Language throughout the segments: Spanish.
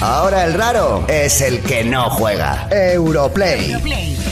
Ahora el raro es el que no juega. Europlay.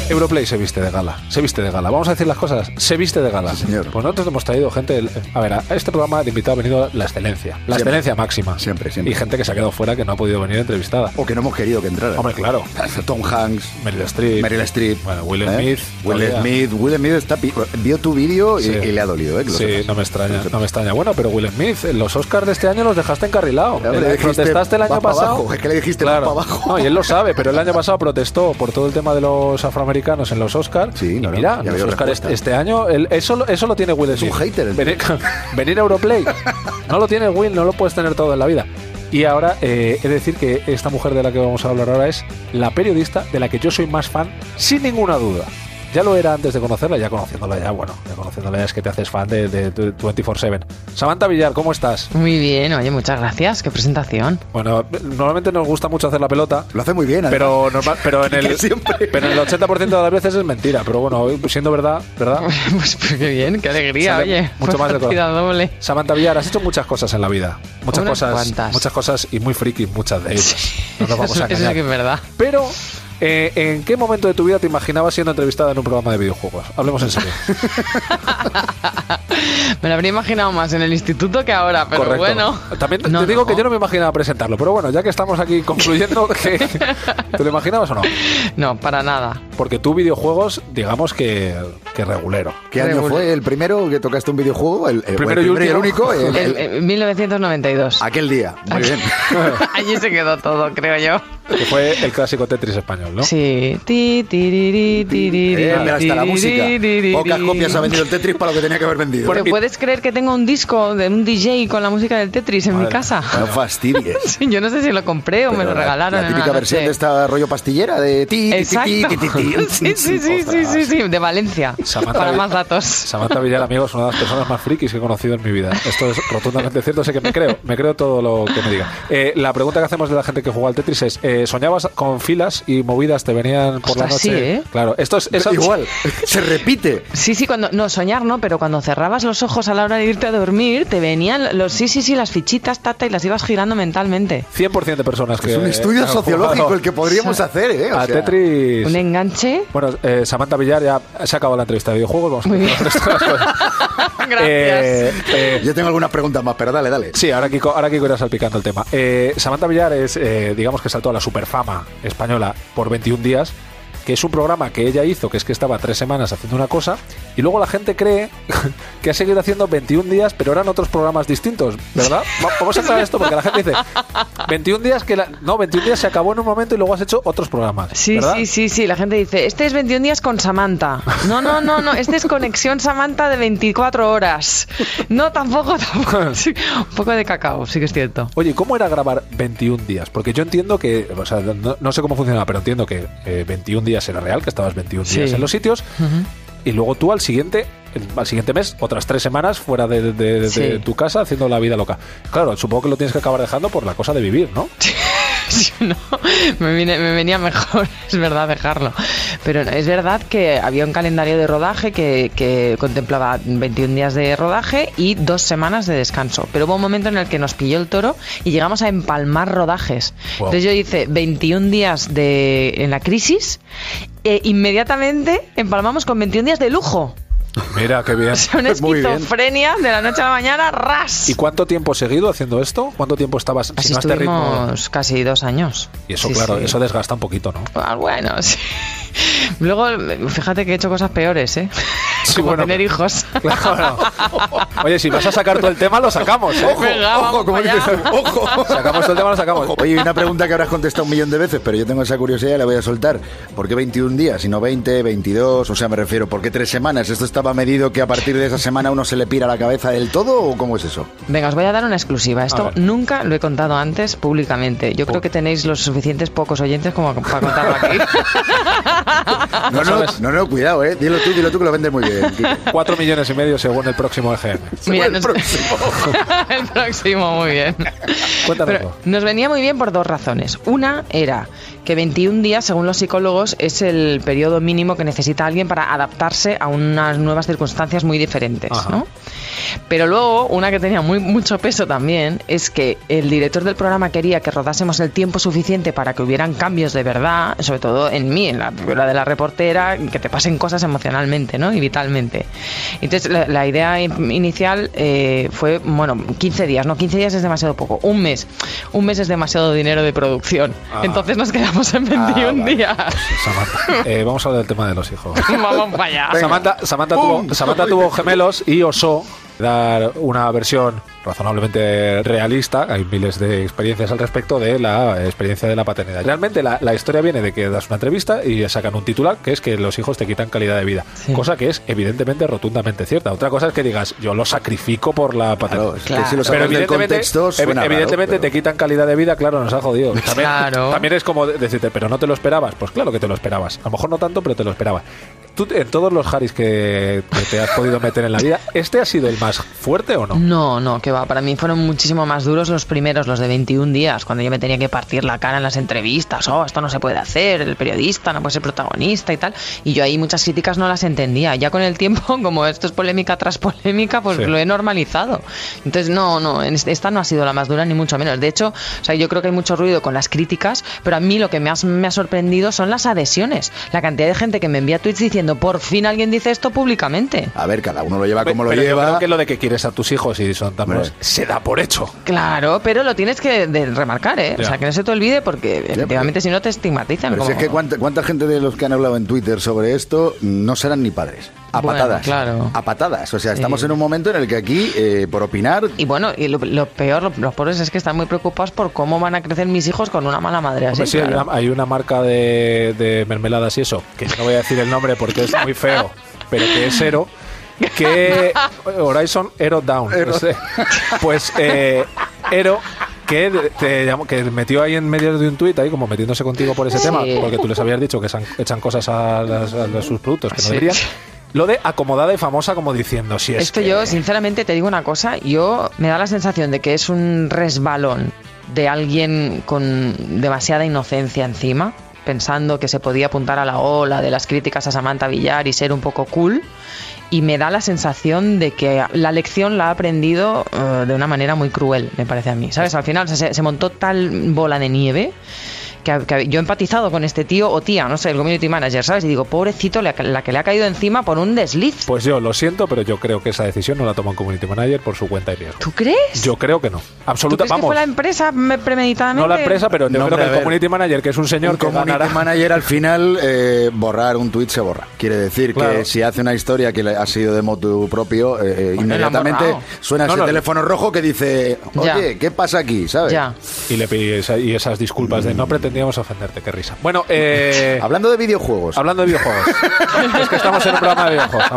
Europlay se viste de gala, se viste de gala. Vamos a decir las cosas, se viste de gala. Sí, señor. Pues nosotros hemos traído gente. del- a ver, a este programa de invitado ha venido la excelencia, la Siempre. excelencia máxima. Siempre, siempre. Y gente que se ha quedado fuera que no ha podido venir entrevistada. O que no hemos querido que entrara. Hombre, claro. Tom Hanks, Meryl Streep. Meryl Streep. Bueno, Will ¿eh? Smith. Will todavía. Smith. Will Smith está pi- vio tu vídeo y, Sí. y le ha dolido, ¿eh? Que lo Sí, sepas. no me extraña, no me extraña. Bueno, pero Will Smith, en los Oscars de este año los dejaste encarrilado. Ya me Eh, le dijiste, protestaste el "Va año pa' pasado. abajo, es que le dijiste, "Va pa' abajo". No, y él lo sabe, pero el año pasado protestó por todo el tema de los afroamericanos en los Oscars. Sí, y claro, mira, ya los veo Oscars respuesta. este, este año, él- eso, lo- eso lo tiene Will Smith. un hater, el Venir, venir a Europlay. No lo tiene Will, no lo puedes tener todo en la vida. Y ahora eh, he de decir que esta mujer de la que vamos a hablar ahora es la periodista de la que yo soy más fan, sin ninguna duda. Ya lo era antes de conocerla, ya conociéndola ya, bueno, ya conociéndola ya es que te haces fan de, de 24-7. Samantha Villar, ¿cómo estás? Muy bien, oye, muchas gracias. Qué presentación. Bueno, normalmente nos gusta mucho hacer la pelota, Lo hace muy bien. ¿eh? además. pero, normal- pero, en, el, siempre. pero en el 80% de las veces es mentira. Pero bueno, siendo verdad, ¿verdad? Pues, pues qué bien, qué alegría, Sale oye. mucho Pues más de partida doble. Samantha Villar, has hecho muchas cosas en la vida. Muchas Unas cosas. cuantas. Muchas cosas y muy frikis, muchas de ellas. No nos vamos eso, a eso sí que es engañar. verdad. Pero, eh, ¿en qué momento de tu vida te imaginabas siendo entrevistada en un programa de videojuegos? Hablemos en serio. Me lo habría imaginado más en el instituto que ahora, pero Correcto. bueno. También te- No, te digo no. que yo no me imaginaba presentarlo, pero bueno, ya que estamos aquí concluyendo que ¿Te lo imaginabas o no? No, para nada. Porque tú videojuegos, digamos que, que regulero. ¿Qué año Regular. fue el primero que tocaste un videojuego? El, el- el Primero y el último. único. el- el- El- el 1992. Ah, aquel día. Muy bien. Allí se quedó todo, creo yo. Que fue el clásico Tetris español, ¿no? Sí. Ti, tiriri, tiriri, Eh, mira, hasta la música. tiriri. Pocas copias ha vendido el Tetris para lo que tenía que haber vendido. ¿Pero puedes creer que tengo un disco de un DJ con la música del Tetris en mi Madre. casa? No fastidies. Sí, Yo no sé si lo compré o me Pero lo la- regalaron. La en una típica versión noche. de esta rollo pastillera de ti, ti, Exacto. ti, ti, ti, ti. Sí, sí, sí, sí, sí, sí, de Valencia. Samantha Para Vi- más datos. Samantha Villar, amigo, es una de las personas más frikis que he conocido en mi vida. Esto es rotundamente cierto, sé que me creo, me creo todo lo que me diga. Eh, la pregunta que hacemos de la gente que juega al Tetris es, eh, ¿soñabas con filas y movidas te venían por la Ostras, sí, noche? ¿eh? Claro, esto es, es- Igual, se repite. Sí, sí, cuando no soñar, no, pero cuando cerrabas los ojos a la hora de irte a dormir, te venían los sí, sí, sí, las fichitas, tata, y las ibas girando mentalmente. 100% de personas que Es un estudio han sociológico jugado el que podríamos hacer, ¿eh? O eh, a sea, Tetris. Un enganche. Bueno, eh, Samantha Villar ya se ha acabado la entrevista de videojuegos, vamos a Muy ver bien. el resto de las cosas. Gracias. Eh, eh, Yo tengo algunas preguntas más, pero dale, dale. Sí, ahora Kiko, ahora Kiko irá salpicando el tema. Eh, Samantha Villar es, eh, digamos que saltó a la superfama española por 21 días, que es un programa que ella hizo, que es que estaba tres semanas haciendo una cosa, y luego la gente cree que ha seguido haciendo 21 días, pero eran otros programas distintos, ¿verdad? Va- Vamos a entrar en esto porque la gente dice, 21 días que la... No, 21 días se acabó en un momento y luego has hecho otros programas. Sí, ¿verdad? sí, sí, sí. La gente dice, este es 21 días con Samantha. No, no, no, no. Este es conexión Samantha de 24 horas. No, tampoco, tampoco. Sí, un poco de cacao, sí que es cierto. Oye, ¿cómo era grabar 21 días? Porque yo entiendo que, o sea, no, no sé cómo funcionaba, pero entiendo que eh, 21 días era real, que estabas 21 Sí. días en los sitios, y luego tú al siguiente, al siguiente mes, otras tres semanas fuera de, de- de- Sí. de tu casa haciendo la vida loca. Claro, supongo que lo tienes que acabar dejando por la cosa de vivir, ¿no? Sí, no, me, vine- me venía mejor, es verdad, dejarlo. Pero no, es verdad que había un calendario de rodaje que, que contemplaba 21 días de rodaje y dos semanas de descanso. Pero hubo un momento en el que nos pilló el toro y llegamos a empalmar rodajes. Wow. Entonces yo hice 21 días de, en la crisis e inmediatamente empalmamos con 21 días de lujo. Mira, qué bien. O sea, una Muy bien. esquizofrenia de la noche a la mañana, ras. ¿Y cuánto tiempo seguido haciendo esto? ¿Cuánto tiempo estabas Así si no, a este ritmo? estuvimos casi dos años. Y eso, Sí, claro, sí. eso desgasta un poquito, ¿no? Ah, bueno, sí. Luego, fíjate que he hecho cosas peores, ¿eh? Sí, Como bueno, tener hijos. Claro. Oye, si vas a sacar todo el tema, lo sacamos. ¿eh? Ojo, Venga, ojo, vamos como para dices, ojo. Sacamos todo el tema, lo sacamos. Oye, y una pregunta que habrás contestado un millón de veces, pero yo tengo esa curiosidad y la voy a soltar. ¿Por qué 21 días y no 20, 22? O sea, me refiero, ¿por qué tres semanas? ¿Esto estaba medido que a partir de esa semana uno se le pira la cabeza del todo o cómo es eso? Venga, os voy a dar una exclusiva. A Esto ver. Oh. nunca lo he contado antes públicamente. Yo creo que tenéis los suficientes pocos oyentes como para contarlo aquí. No, no, Ah. sabes. no, no, cuidado, eh. Dilo tú, dilo tú que lo vendes muy bien. Quique. 4 millones y medio según el próximo E EGM. Mira, el nos- próximo. el próximo, muy bien. Cuéntanoslo. Pero nos venía muy bien por dos razones. Una era que 21 días, según los psicólogos, es el periodo mínimo que necesita alguien para adaptarse a unas nuevas circunstancias muy diferentes, Ajá. ¿no? Pero luego, una que tenía muy, mucho peso también, es que el director del programa quería que rodásemos el tiempo suficiente para que hubieran cambios de verdad, sobre todo en mí, en la figura de la reportera, que te pasen cosas emocionalmente ¿no? y vitalmente. Entonces, la, la idea inicial eh, fue, bueno, 15 días, no, 15 días es demasiado poco, un mes. Un mes es demasiado dinero de producción. Ah. Entonces nos quedamos en 21 ah, vale. días. Samantha, eh, vamos a hablar del tema de los hijos. vamos para allá. Samantha, Samantha, tuvo, Samantha tuvo gemelos y osó dar una versión razonablemente realista, hay miles de experiencias al respecto de la experiencia de la paternidad. Realmente la, la, historia viene de que das una entrevista y sacan un titular que es que los hijos te quitan calidad de vida, sí. cosa que es evidentemente rotundamente cierta. Otra cosa es que digas, yo lo sacrifico por la paternidad. Claro, claro. Si lo pero evidentemente, contexto, suena evidentemente raro, pero... te quitan calidad de vida, claro, nos ha jodido. También, claro. también es como decirte, pero no te lo esperabas. Pues claro que te lo esperabas. A lo mejor no tanto, pero te lo esperabas. Tú, en todos los Haris que, que te has podido meter en la vida, ¿este ha sido el más fuerte o no? No, no, que para mí fueron muchísimo más duros los primeros, los de 21 días, cuando yo me tenía que partir la cara en las entrevistas, oh, esto no se puede hacer, el periodista no puede ser protagonista y tal. Y yo ahí muchas críticas no las entendía. Ya con el tiempo, como esto es polémica tras polémica, pues sí. lo he normalizado. Entonces, no, no, esta no ha sido la más dura, ni mucho menos. De hecho, o sea, yo creo que hay mucho ruido con las críticas, pero a mí lo que me, has, me ha sorprendido son las adhesiones. La cantidad de gente que me envía tweets diciendo, por fin alguien dice esto públicamente. A ver, cada uno lo lleva como pero lo lleva. Yo creo que lo de que quieres a tus hijos y son tan se da por hecho. Claro, pero lo tienes que remarcar, ¿eh? Ya. O sea, que no se te olvide porque efectivamente si no te estigmatizan. Pero como... si es que cuánta, cuánta, gente de los que han hablado en Twitter sobre esto no serán ni padres. A bueno, patadas. Claro. A patadas. O sea, estamos sí. en un momento en el que aquí, eh, por opinar. Y bueno, y lo, lo peor, lo, los pobres es que están muy preocupados por cómo van a crecer mis hijos con una mala madre así. Hombre, sí, claro. hay una marca de, de mermeladas y eso, que yo no voy a decir el nombre porque es muy feo, pero que es cero que Horizon Hero Down. Hero. No sé. Pues eh, Hero que te, te, que metió ahí en medio de un tuit, ahí como metiéndose contigo por ese sí. tema, porque tú les habías dicho que san, echan cosas a, las, a, sus productos que no sí. deberían lo de acomodada y famosa como diciendo si es esto que... yo sinceramente te digo una cosa yo me da la sensación de que es un resbalón de alguien con demasiada inocencia encima pensando que se podía apuntar a la ola de las críticas a Samantha Villar y ser un poco cool y me da la sensación de que la lección la ha aprendido uh, de una manera muy cruel, me parece a mí. ¿Sabes? Al final o sea, se, se montó tal bola de nieve que, que, yo he empatizado con este tío o tía, no sé, el community manager, ¿sabes? Y digo, pobrecito, la, la, que le ha caído encima por un desliz. Pues yo lo siento, pero yo creo que esa decisión no la toma un community manager por su cuenta y riesgo. ¿Tú crees? Yo creo que no. Absolutamente. fue la empresa premeditadamente? No la empresa, pero yo no, creo que el community manager, que es un señor un que community ganará... manager al final, eh, borrar un tweet se borra. Quiere decir claro. que si hace una historia que le ha sido de motu propio, eh, pues inmediatamente suena no, ese no, teléfono rojo que dice, oye, ya. ¿qué pasa aquí? ¿Sabes? Ya. Y le pides y esas disculpas Mm. de no pretender Tendríamos a ofenderte, qué risa. Bueno, eh, hablando de videojuegos. Hablando de videojuegos. es que estamos en un programa de videojuegos,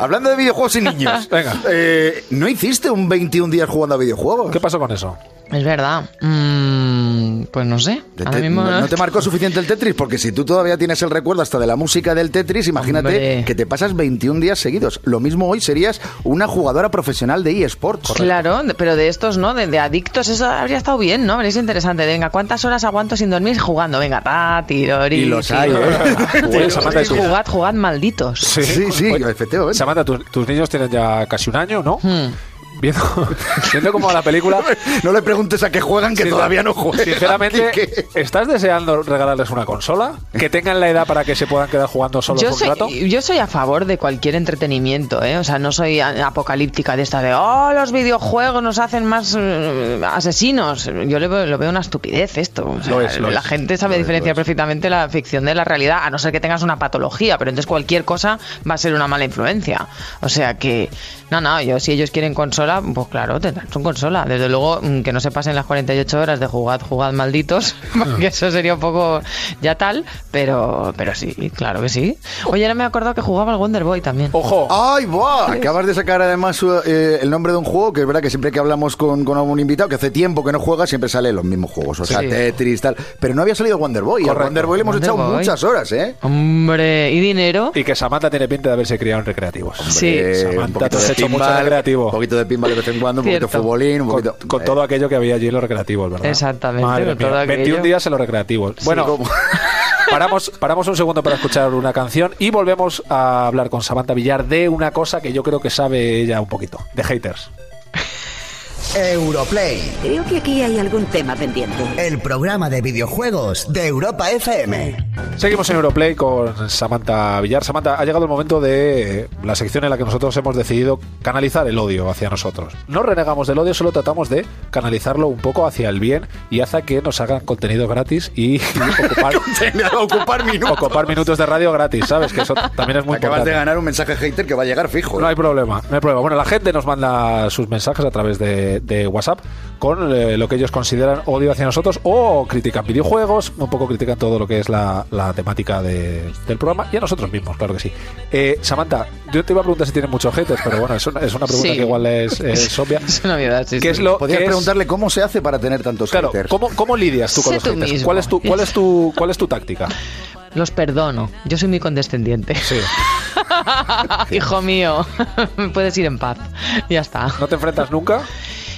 Hablando de videojuegos y niños. Venga. Eh, ¿No hiciste un 21 días jugando a videojuegos? ¿Qué pasó con eso? Es verdad. Mm, pues no sé. Ahora mismo no, no, te marcó suficiente el Tetris, porque si tú todavía tienes el recuerdo hasta de la música del Tetris, imagínate Hombre. que te pasas 21 días seguidos. Lo mismo hoy serías una jugadora profesional de eSports. Claro, pero de estos, ¿no? De, de, adictos, eso habría estado bien, ¿no? Habría interesante. Venga, ¿cuántas horas aguanto sin dormir jugando? Venga, ta, tirori. Y los hay, ¿eh? jugad, jugad malditos. Sí, sí, sí Oye, efectivamente. Samantha, tus, tus niños tienen ya casi un año, ¿no? Hmm. Viendo, viendo, como la película. No le preguntes a qué juegan, que sí, todavía no juegan. Sinceramente, ¿Qué? ¿estás deseando regalarles una consola? ¿Que tengan la edad para que se puedan quedar jugando solos yo un soy, rato? Yo soy a favor de cualquier entretenimiento, ¿eh? O sea, no soy apocalíptica de esta de, oh, los videojuegos nos hacen más uh, asesinos. Yo lo, lo, veo una estupidez esto. O sea, lo es, lo la es. gente sabe lo diferenciar es, perfectamente la ficción de la realidad, a no ser que tengas una patología, pero entonces cualquier cosa va a ser una mala influencia. O sea que, no, no, yo si ellos quieren consola pues claro, tendrán su consola. Desde luego mm, que no se pasen las 48 horas de jugad, jugad malditos, Ah. que eso sería un poco ya tal, pero, pero sí, claro que sí. Oye, ahora me he acordado que jugaba al Wonder Boy también. ¡Ojo! ¡Ay, va! Acabas de sacar además eh, el nombre de un juego que es verdad que siempre que hablamos con, con algún invitado que hace tiempo que no juega, siempre sale los mismos juegos, o sea, sí. Tetris, tal. Pero no había salido Wonder Boy. Al Wonder Boy le hemos Wonder echado Boy. muchas horas, ¿eh? Hombre, ¿y dinero? Y que Samantha tiene pinta de haberse criado en recreativos. Hombre, sí. Samantha, te has hecho mucho recreativo. Un poquito de de vez en cuando, un Cierto. poquito de futbolín, un con, poquito... eh. Con, todo aquello que había allí en los recreativos, ¿verdad? Exactamente. Madre con todo 21 días en los recreativos. Bueno, sí, Paramos, paramos un segundo para escuchar una canción y volvemos a hablar con Samantha Villar de una cosa que yo creo que sabe ella un poquito, de haters. Europlay, Creo que aquí hay algún tema pendiente. el programa de videojuegos de Europa FM. Seguimos en Europlay con Samantha Villar. Samantha, ha llegado el momento de la sección en la que nosotros hemos decidido canalizar el odio hacia nosotros. No renegamos del odio, solo tratamos de canalizarlo un poco hacia el bien y hacia que nos hagan contenido gratis y ocupar, Me ha dado a ocupar minutos. ocupar minutos de radio gratis, ¿sabes? Que eso también es muy Acabas importante. de ganar un mensaje hater que va a llegar fijo. ¿eh? No hay problema, no hay problema. Bueno, la gente nos manda sus mensajes a través de, de WhatsApp con eh, lo que ellos consideran odio hacia nosotros o critican videojuegos, un poco critican todo lo que es la, la temática de- del programa y a nosotros mismos, claro que sí. Eh, Samantha, yo te iba a preguntar si tienes muchos haters, pero bueno, es una, es una pregunta Sí. que igual es, es obvia. Es una novedad, sí. ¿Qué sí. es lo Podrías que es- preguntarle cómo se hace para tener tantos Claro, haters. ¿cómo, cómo lidias tú con Sé los tú haters? mismo. ¿Cuál es tu, cuál es tu, cuál es tu táctica? Los perdono. Yo soy muy condescendiente. Sí. Hijo mío, puedes ir en paz. Ya está. ¿No te enfrentas nunca?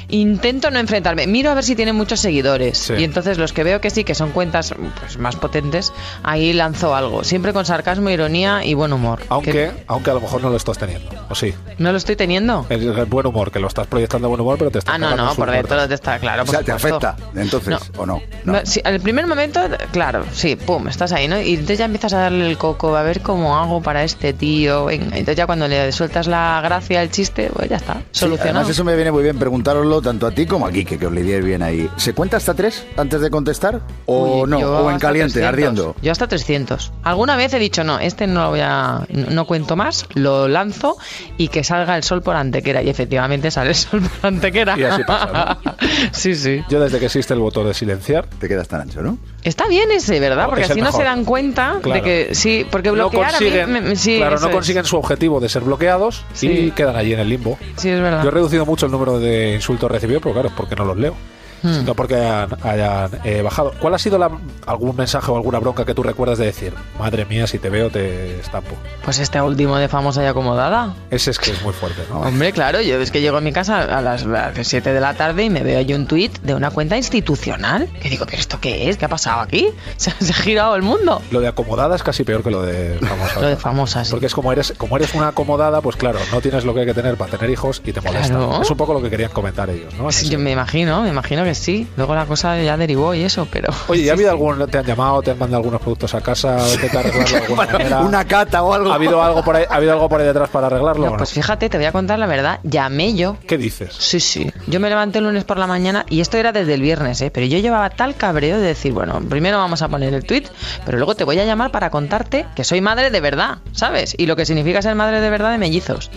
Intento no enfrentarme. Miro a ver si tienen muchos seguidores. Sí. Y entonces los que veo que sí, que son cuentas pues, más potentes, ahí lanzo algo. Siempre con sarcasmo, ironía y buen humor. Aunque, Que- aunque a lo mejor no lo estás teniendo, ¿o sí? ¿No lo estoy Eh, teniendo? El, el buen humor, que lo estás proyectando buen humor, pero te estás Ah, no, cargando no, su por humor. dentro te está claro. o sea, por ¿te supuesto. afecta entonces No. o no? No, sí, al primer momento, claro, sí, pum, estás ahí, ¿no? Y entonces ya empiezas a darle el coco, a ver cómo hago para este tío. venga. Entonces ya cuando le sueltas la gracia al chiste, pues ya está, Sí, solucionado. además eso me viene muy bien preguntároslo tanto a ti como a Quique, que os lidiéis bien ahí. ¿Se cuenta hasta tres antes de contestar? ¿O Uy, no? yo ¿O en hasta caliente, 300. ardiendo? Yo hasta 300. Alguna vez he dicho, no, este no lo voy a. No, no cuento más, lo lanzo y que salga el sol por antequera. Y efectivamente sale el sol por antequera. Y así pasa, ¿no? sí, sí. Yo desde que existe el botón de silenciar, Te quedas tan ancho, ¿no? Está bien ese, ¿verdad? No, Porque es el así no se mejor. dan cuenta de Claro. que. Sí, porque no bloquear a consiguen, mí. me- me- sí, claro, eso no es. consiguen su objetivo de ser bloqueados y Sí. Ah. quedan allí en el limbo. Sí, es verdad. Yo he reducido mucho el número de insultos recibidos, pero claro, es porque no los leo. Hmm. No porque hayan, hayan, eh, bajado. ¿Cuál ha sido la- algún mensaje o alguna bronca que tú recuerdas de decir? Madre mía, si te veo, te estampo. Pues este último de famosa y acomodada. Ese es que es muy fuerte, ¿no? Hombre, claro, yo es que llego a mi casa a las 7 de la tarde y me veo yo un tuit de una cuenta institucional. Que digo, ¿pero esto qué es? ¿Qué ha pasado aquí? Se, se ha girado el mundo. Lo de acomodada es casi peor que lo de famosa. Lo de famosa, sí. Porque es como eres, como eres una acomodada, pues claro, no tienes lo que hay que tener para tener hijos y te molesta. Claro. Es un poco lo que querían comentar ellos, ¿no? Sí, Pues yo me imagino, me imagino que sí. Luego la cosa ya derivó y eso, pero. Oye, ¿ya ha habido algún, te han llamado, te han mandado algunos productos a casa, intentar arreglarlo de alguna manera? Una cata o algo. ¿Ha habido algo por ahí, ha habido algo por ahí detrás para arreglarlo? o No, no? pues fíjate, te voy a contar la verdad. Llamé yo. ¿Qué dices? Sí, sí. Yo me levanté el lunes por la mañana y esto era desde el viernes, ¿eh? Pero yo llevaba tal cabreo de decir, bueno, primero vamos a poner el tweet, pero luego te voy a llamar para contarte que soy madre de verdad, ¿sabes? Y lo que significa ser madre de verdad de mellizos.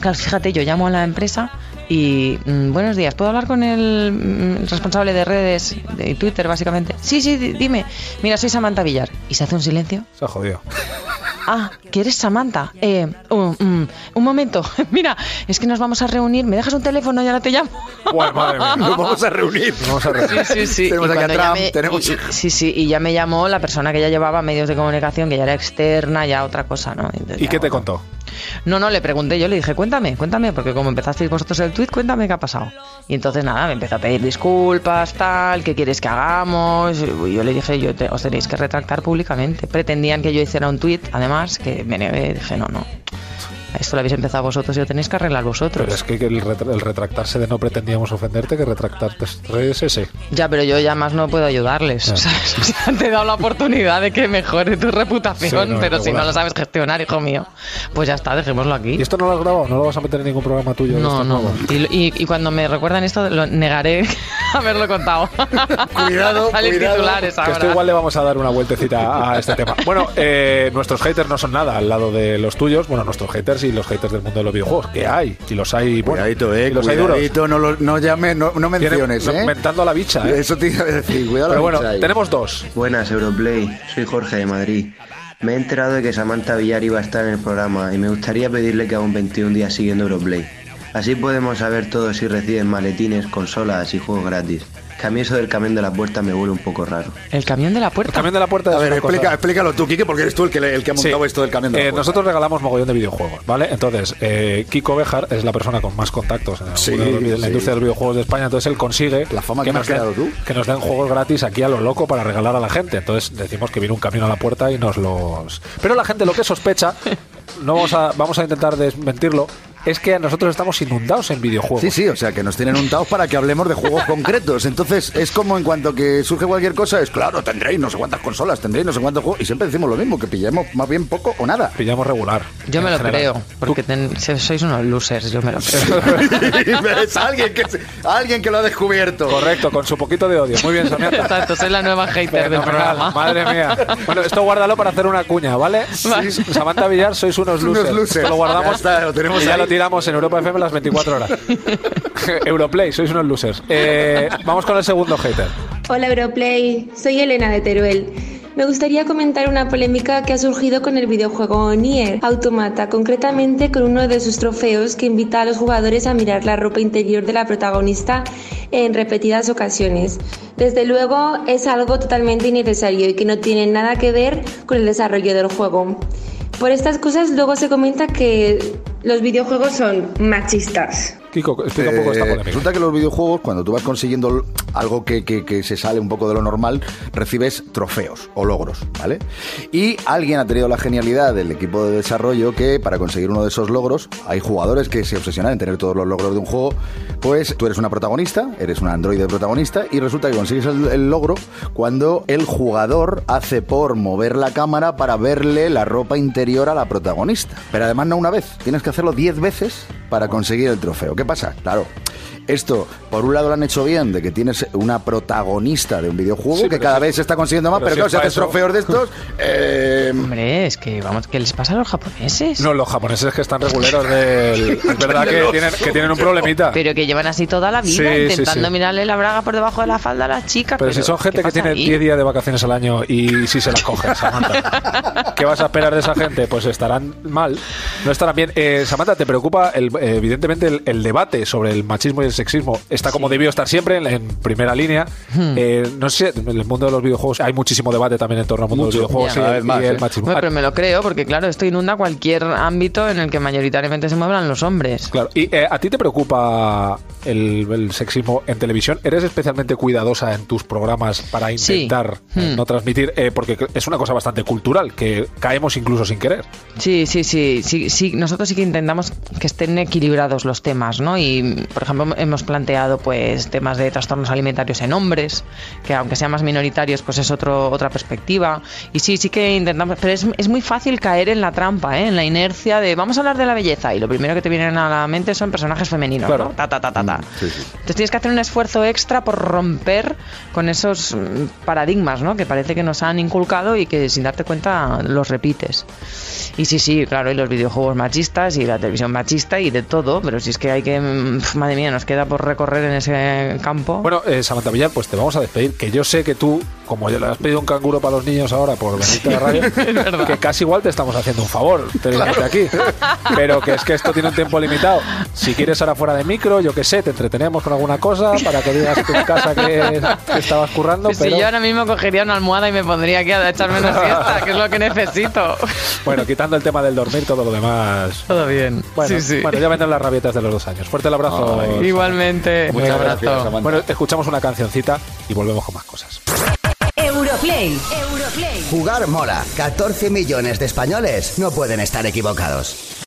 Claro, fíjate, yo llamo a la empresa y mm, buenos días, ¿puedo hablar con el mm, responsable de redes de Twitter, básicamente? Sí, sí, di- dime. Mira, soy Samantha Villar. Y se hace un silencio. Se ha jodido. Ah, que eres Samantha. Eh, un, un- un momento. Mira, es que nos vamos a reunir. ¿Me dejas un teléfono y ahora te llamo? Bueno, madre mía. Nos vamos a reunir. Vamos a reunir. Sí, sí. Tenemos Y aquí a cuando ya Trump, me- tenemos- y- y- sí, sí, y ya me llamó la persona que ya llevaba medios de comunicación, que ya era externa, ya otra cosa, ¿no? Entonces, ¿Y ya, qué te bueno. contó? No, no, le pregunté, yo le dije, cuéntame, cuéntame, porque como empezasteis vosotros el tweet, cuéntame qué ha pasado. Y entonces nada, me empezó a pedir disculpas, tal, qué quieres que hagamos. Y yo le dije, yo te- os tenéis que retractar públicamente. Pretendían que yo hiciera un tweet, además, que me negué, dije, no, no. Esto lo habéis empezado vosotros y lo tenéis que arreglar vosotros. Pero es que el, retra- el retractarse de no pretendíamos ofenderte, que retractarte es ese. Ya, pero yo ya más no puedo ayudarles. Ya. ¿sabes? O sea, te he dado la oportunidad de que mejore tu reputación, Sí, no, pero si regular. no lo sabes gestionar, hijo mío, pues ya está, dejémoslo ¿Y aquí. esto no lo has grabado? ¿No lo vas a meter en ningún programa tuyo? de No, estos no. nuevos? Y, y- y cuando me recuerdan esto, lo negaré haberlo contado. Cuidado, Salen cuidado, titulares Que esto ahora. igual le vamos a dar una vueltecita a este tema. Bueno, eh, nuestros haters no son nada al lado de los tuyos. Bueno, nuestros haters y los haters del mundo de los videojuegos, que hay. Y los hay, bueno, Cuidadito, y eh. los hay duros. Cuidadito, no, lo- no llame, no, no Tienen- menciones, no, eh. Mentando a la bicha, eh. Eso te iba a decir, cuidado. Pero la bueno, bicha ahí. tenemos dos. Buenas Europlay, soy Jorge de Madrid. Me he enterado de que Samantha Villar iba a estar en el programa y me gustaría pedirle que haga un 21 días siguiendo Europlay. Así podemos saber todos si reciben maletines, consolas y juegos gratis. que a mí eso del camión de la puerta me huele un poco raro. El camión de la El puerta. camión de la puerta es A ver, una cosa- explica- explícalo tú, Quique, porque eres tú el que, le- el que ha Sí. montado esto del camión de Eh, la puerta. Nosotros regalamos mogollón de videojuegos, ¿vale? Entonces, eh, Kiko Bejar es la persona con más contactos en, el Sí, mundo de los vide- en la sí. industria de los videojuegos de España, entonces él consigue La fama que me has den, creado tú. que nos den juegos gratis aquí a lo loco para regalar a la gente. Entonces decimos que viene un camión a la puerta y nos los... Pero la gente lo que sospecha, no vamos a, vamos a intentar desmentirlo, es que nosotros estamos inundados en videojuegos. Sí, sí, o sea, que nos tienen untados para que hablemos de juegos concretos. Entonces, es como en cuanto que surge cualquier cosa, es claro, tendréis no sé cuántas consolas, tendréis no sé cuántos juegos. Y siempre decimos lo mismo, que pillemos más bien poco o nada. Pillamos regular. Yo me en lo general. creo, Tú- porque ten- si sois unos losers, yo me lo creo. es alguien que, se- alguien que lo ha descubierto. Correcto, con su poquito de odio. Muy bien, Sonia. Exacto, soy la nueva hater del Fenomenal, programa. Madre mía. Bueno, esto guárdalo para hacer una cuña, ¿vale? Vale. Samantha Villar, sois unos Unos losers. losers. Esto Lo guardamos. Ya está, lo tenemos y ya ahí. lo tiramos en Europa FM las 24 horas. Europlay, sois unos losers. Eh, vamos con el segundo hater. Hola Europlay, soy Elena de Teruel. Me gustaría comentar una polémica que ha surgido con el videojuego Nier Automata, concretamente con uno de sus trofeos que invita a los jugadores a mirar la ropa interior de la protagonista en repetidas ocasiones. Desde luego es algo totalmente innecesario y que no tiene nada que ver con el desarrollo del juego. Por estas cosas luego se comenta que los videojuegos son machistas. Kiko, explica un poco esta Eh, polémica. Resulta que los videojuegos, cuando tú vas consiguiendo l- algo que, que- que se sale un poco de lo normal, recibes trofeos o logros, ¿vale? Y alguien ha tenido la genialidad del equipo de desarrollo que para conseguir uno de esos logros, hay jugadores que se obsesionan en tener todos los logros de un juego, pues tú eres una protagonista, eres un androide protagonista y resulta que consigues el, el logro cuando el jugador hace por mover la cámara para verle la ropa interior a la protagonista. Pero además no una vez, tienes que hacerlo 10 veces para conseguir el trofeo. ¿Qué pasa? Claro. Esto, por un lado lo han hecho bien, de que tienes una protagonista de un videojuego Sí, que pero cada si- vez se está consiguiendo más, pero pero, si claro, es si pa' haces eso- trofeos de estos, eh, Hombre, es que vamos, ¿qué les pasa a los japoneses? No, los japoneses que están reguleros del... Es verdad que tienen, que tienen un problemita. Pero que llevan así toda la vida Ah. Sí, sí, intentando sí. mirarle la braga por debajo de la falda a las chicas. Pero si son gente que ¿qué pasa tiene ahí? 10 días de vacaciones al año y si se las cogen, Samantha, ¿qué vas a esperar de esa gente? Pues estarán mal, no estarán bien. Eh, Samantha, ¿te preocupa el- eh, evidentemente el, el debate sobre el machismo y el sexismo? Está como debió estar siempre en, en primera línea. Hmm. Eh, no sé, en el mundo de los videojuegos hay muchísimo debate también en torno al mundo de los videojuegos y, Ya. Cada vez el- más, y el ¿eh? machismo. Bueno, pero me lo creo, porque claro, esto inunda cualquier ámbito en el que mayoritariamente se muevan los hombres. Claro, ¿y eh, a ti te preocupa el, el sexismo en televisión? ¿Eres especialmente cuidadosa en tus programas para Sí. intentar eh, Hmm. no transmitir? Eh, porque es una cosa bastante cultural, que caemos incluso sin querer. Sí, sí, sí, sí, sí. Nosotros sí que intentamos que estén equilibrados los temas, ¿no? Y, por ejemplo, hemos planteado pues temas de trastornos alimentarios en hombres, que aunque sean más minoritarios, pues es otro, otra perspectiva. Y sí, sí que intentamos, pero es, es muy fácil caer en la trampa, ¿eh? En la inercia de vamos a hablar de la belleza y lo primero que te vienen a la mente son personajes femeninos, Claro. ¿no? Ta, ta, ta, ta, ta. Mm, sí, sí. Entonces tienes que hacer un esfuerzo extra por romper con esos mm, paradigmas, ¿no? Que parece que nos han inculcado y que sin darte cuenta los repites. Y sí, sí, claro, y los videojuegos machistas y la televisión machista y de todo, pero si es que hay que, mm, pf, madre mía, nos queda por recorrer en ese campo. Bueno, eh, Samantha Villar, pues te vamos a despedir, que yo sé que tú, como yo le has pedido un canguro para los niños ahora por venirte a la radio, que casi igual te estamos haciendo un favor teniéndote aquí, pero que es que esto tiene un tiempo limitado. Si quieres ahora fuera de micro, yo qué sé, te entretenemos con alguna cosa para que digas que en casa que, que estabas currando, si pero... yo ahora mismo cogería una almohada y me pondría aquí a echarme una siesta, que es lo que necesito. Bueno, quitando el tema del dormir, todo lo demás. Todo bien. Bueno, sí, sí. bueno, ya vendrán las rabietas de los dos años. Fuerte el abrazo. Igualmente. Muchas eh, Un gracias, abrazo. Samantha. Bueno, escuchamos una cancioncita y volvemos con más cosas. Europlay, Europlay. Jugar mola. 14 millones de españoles no pueden estar equivocados.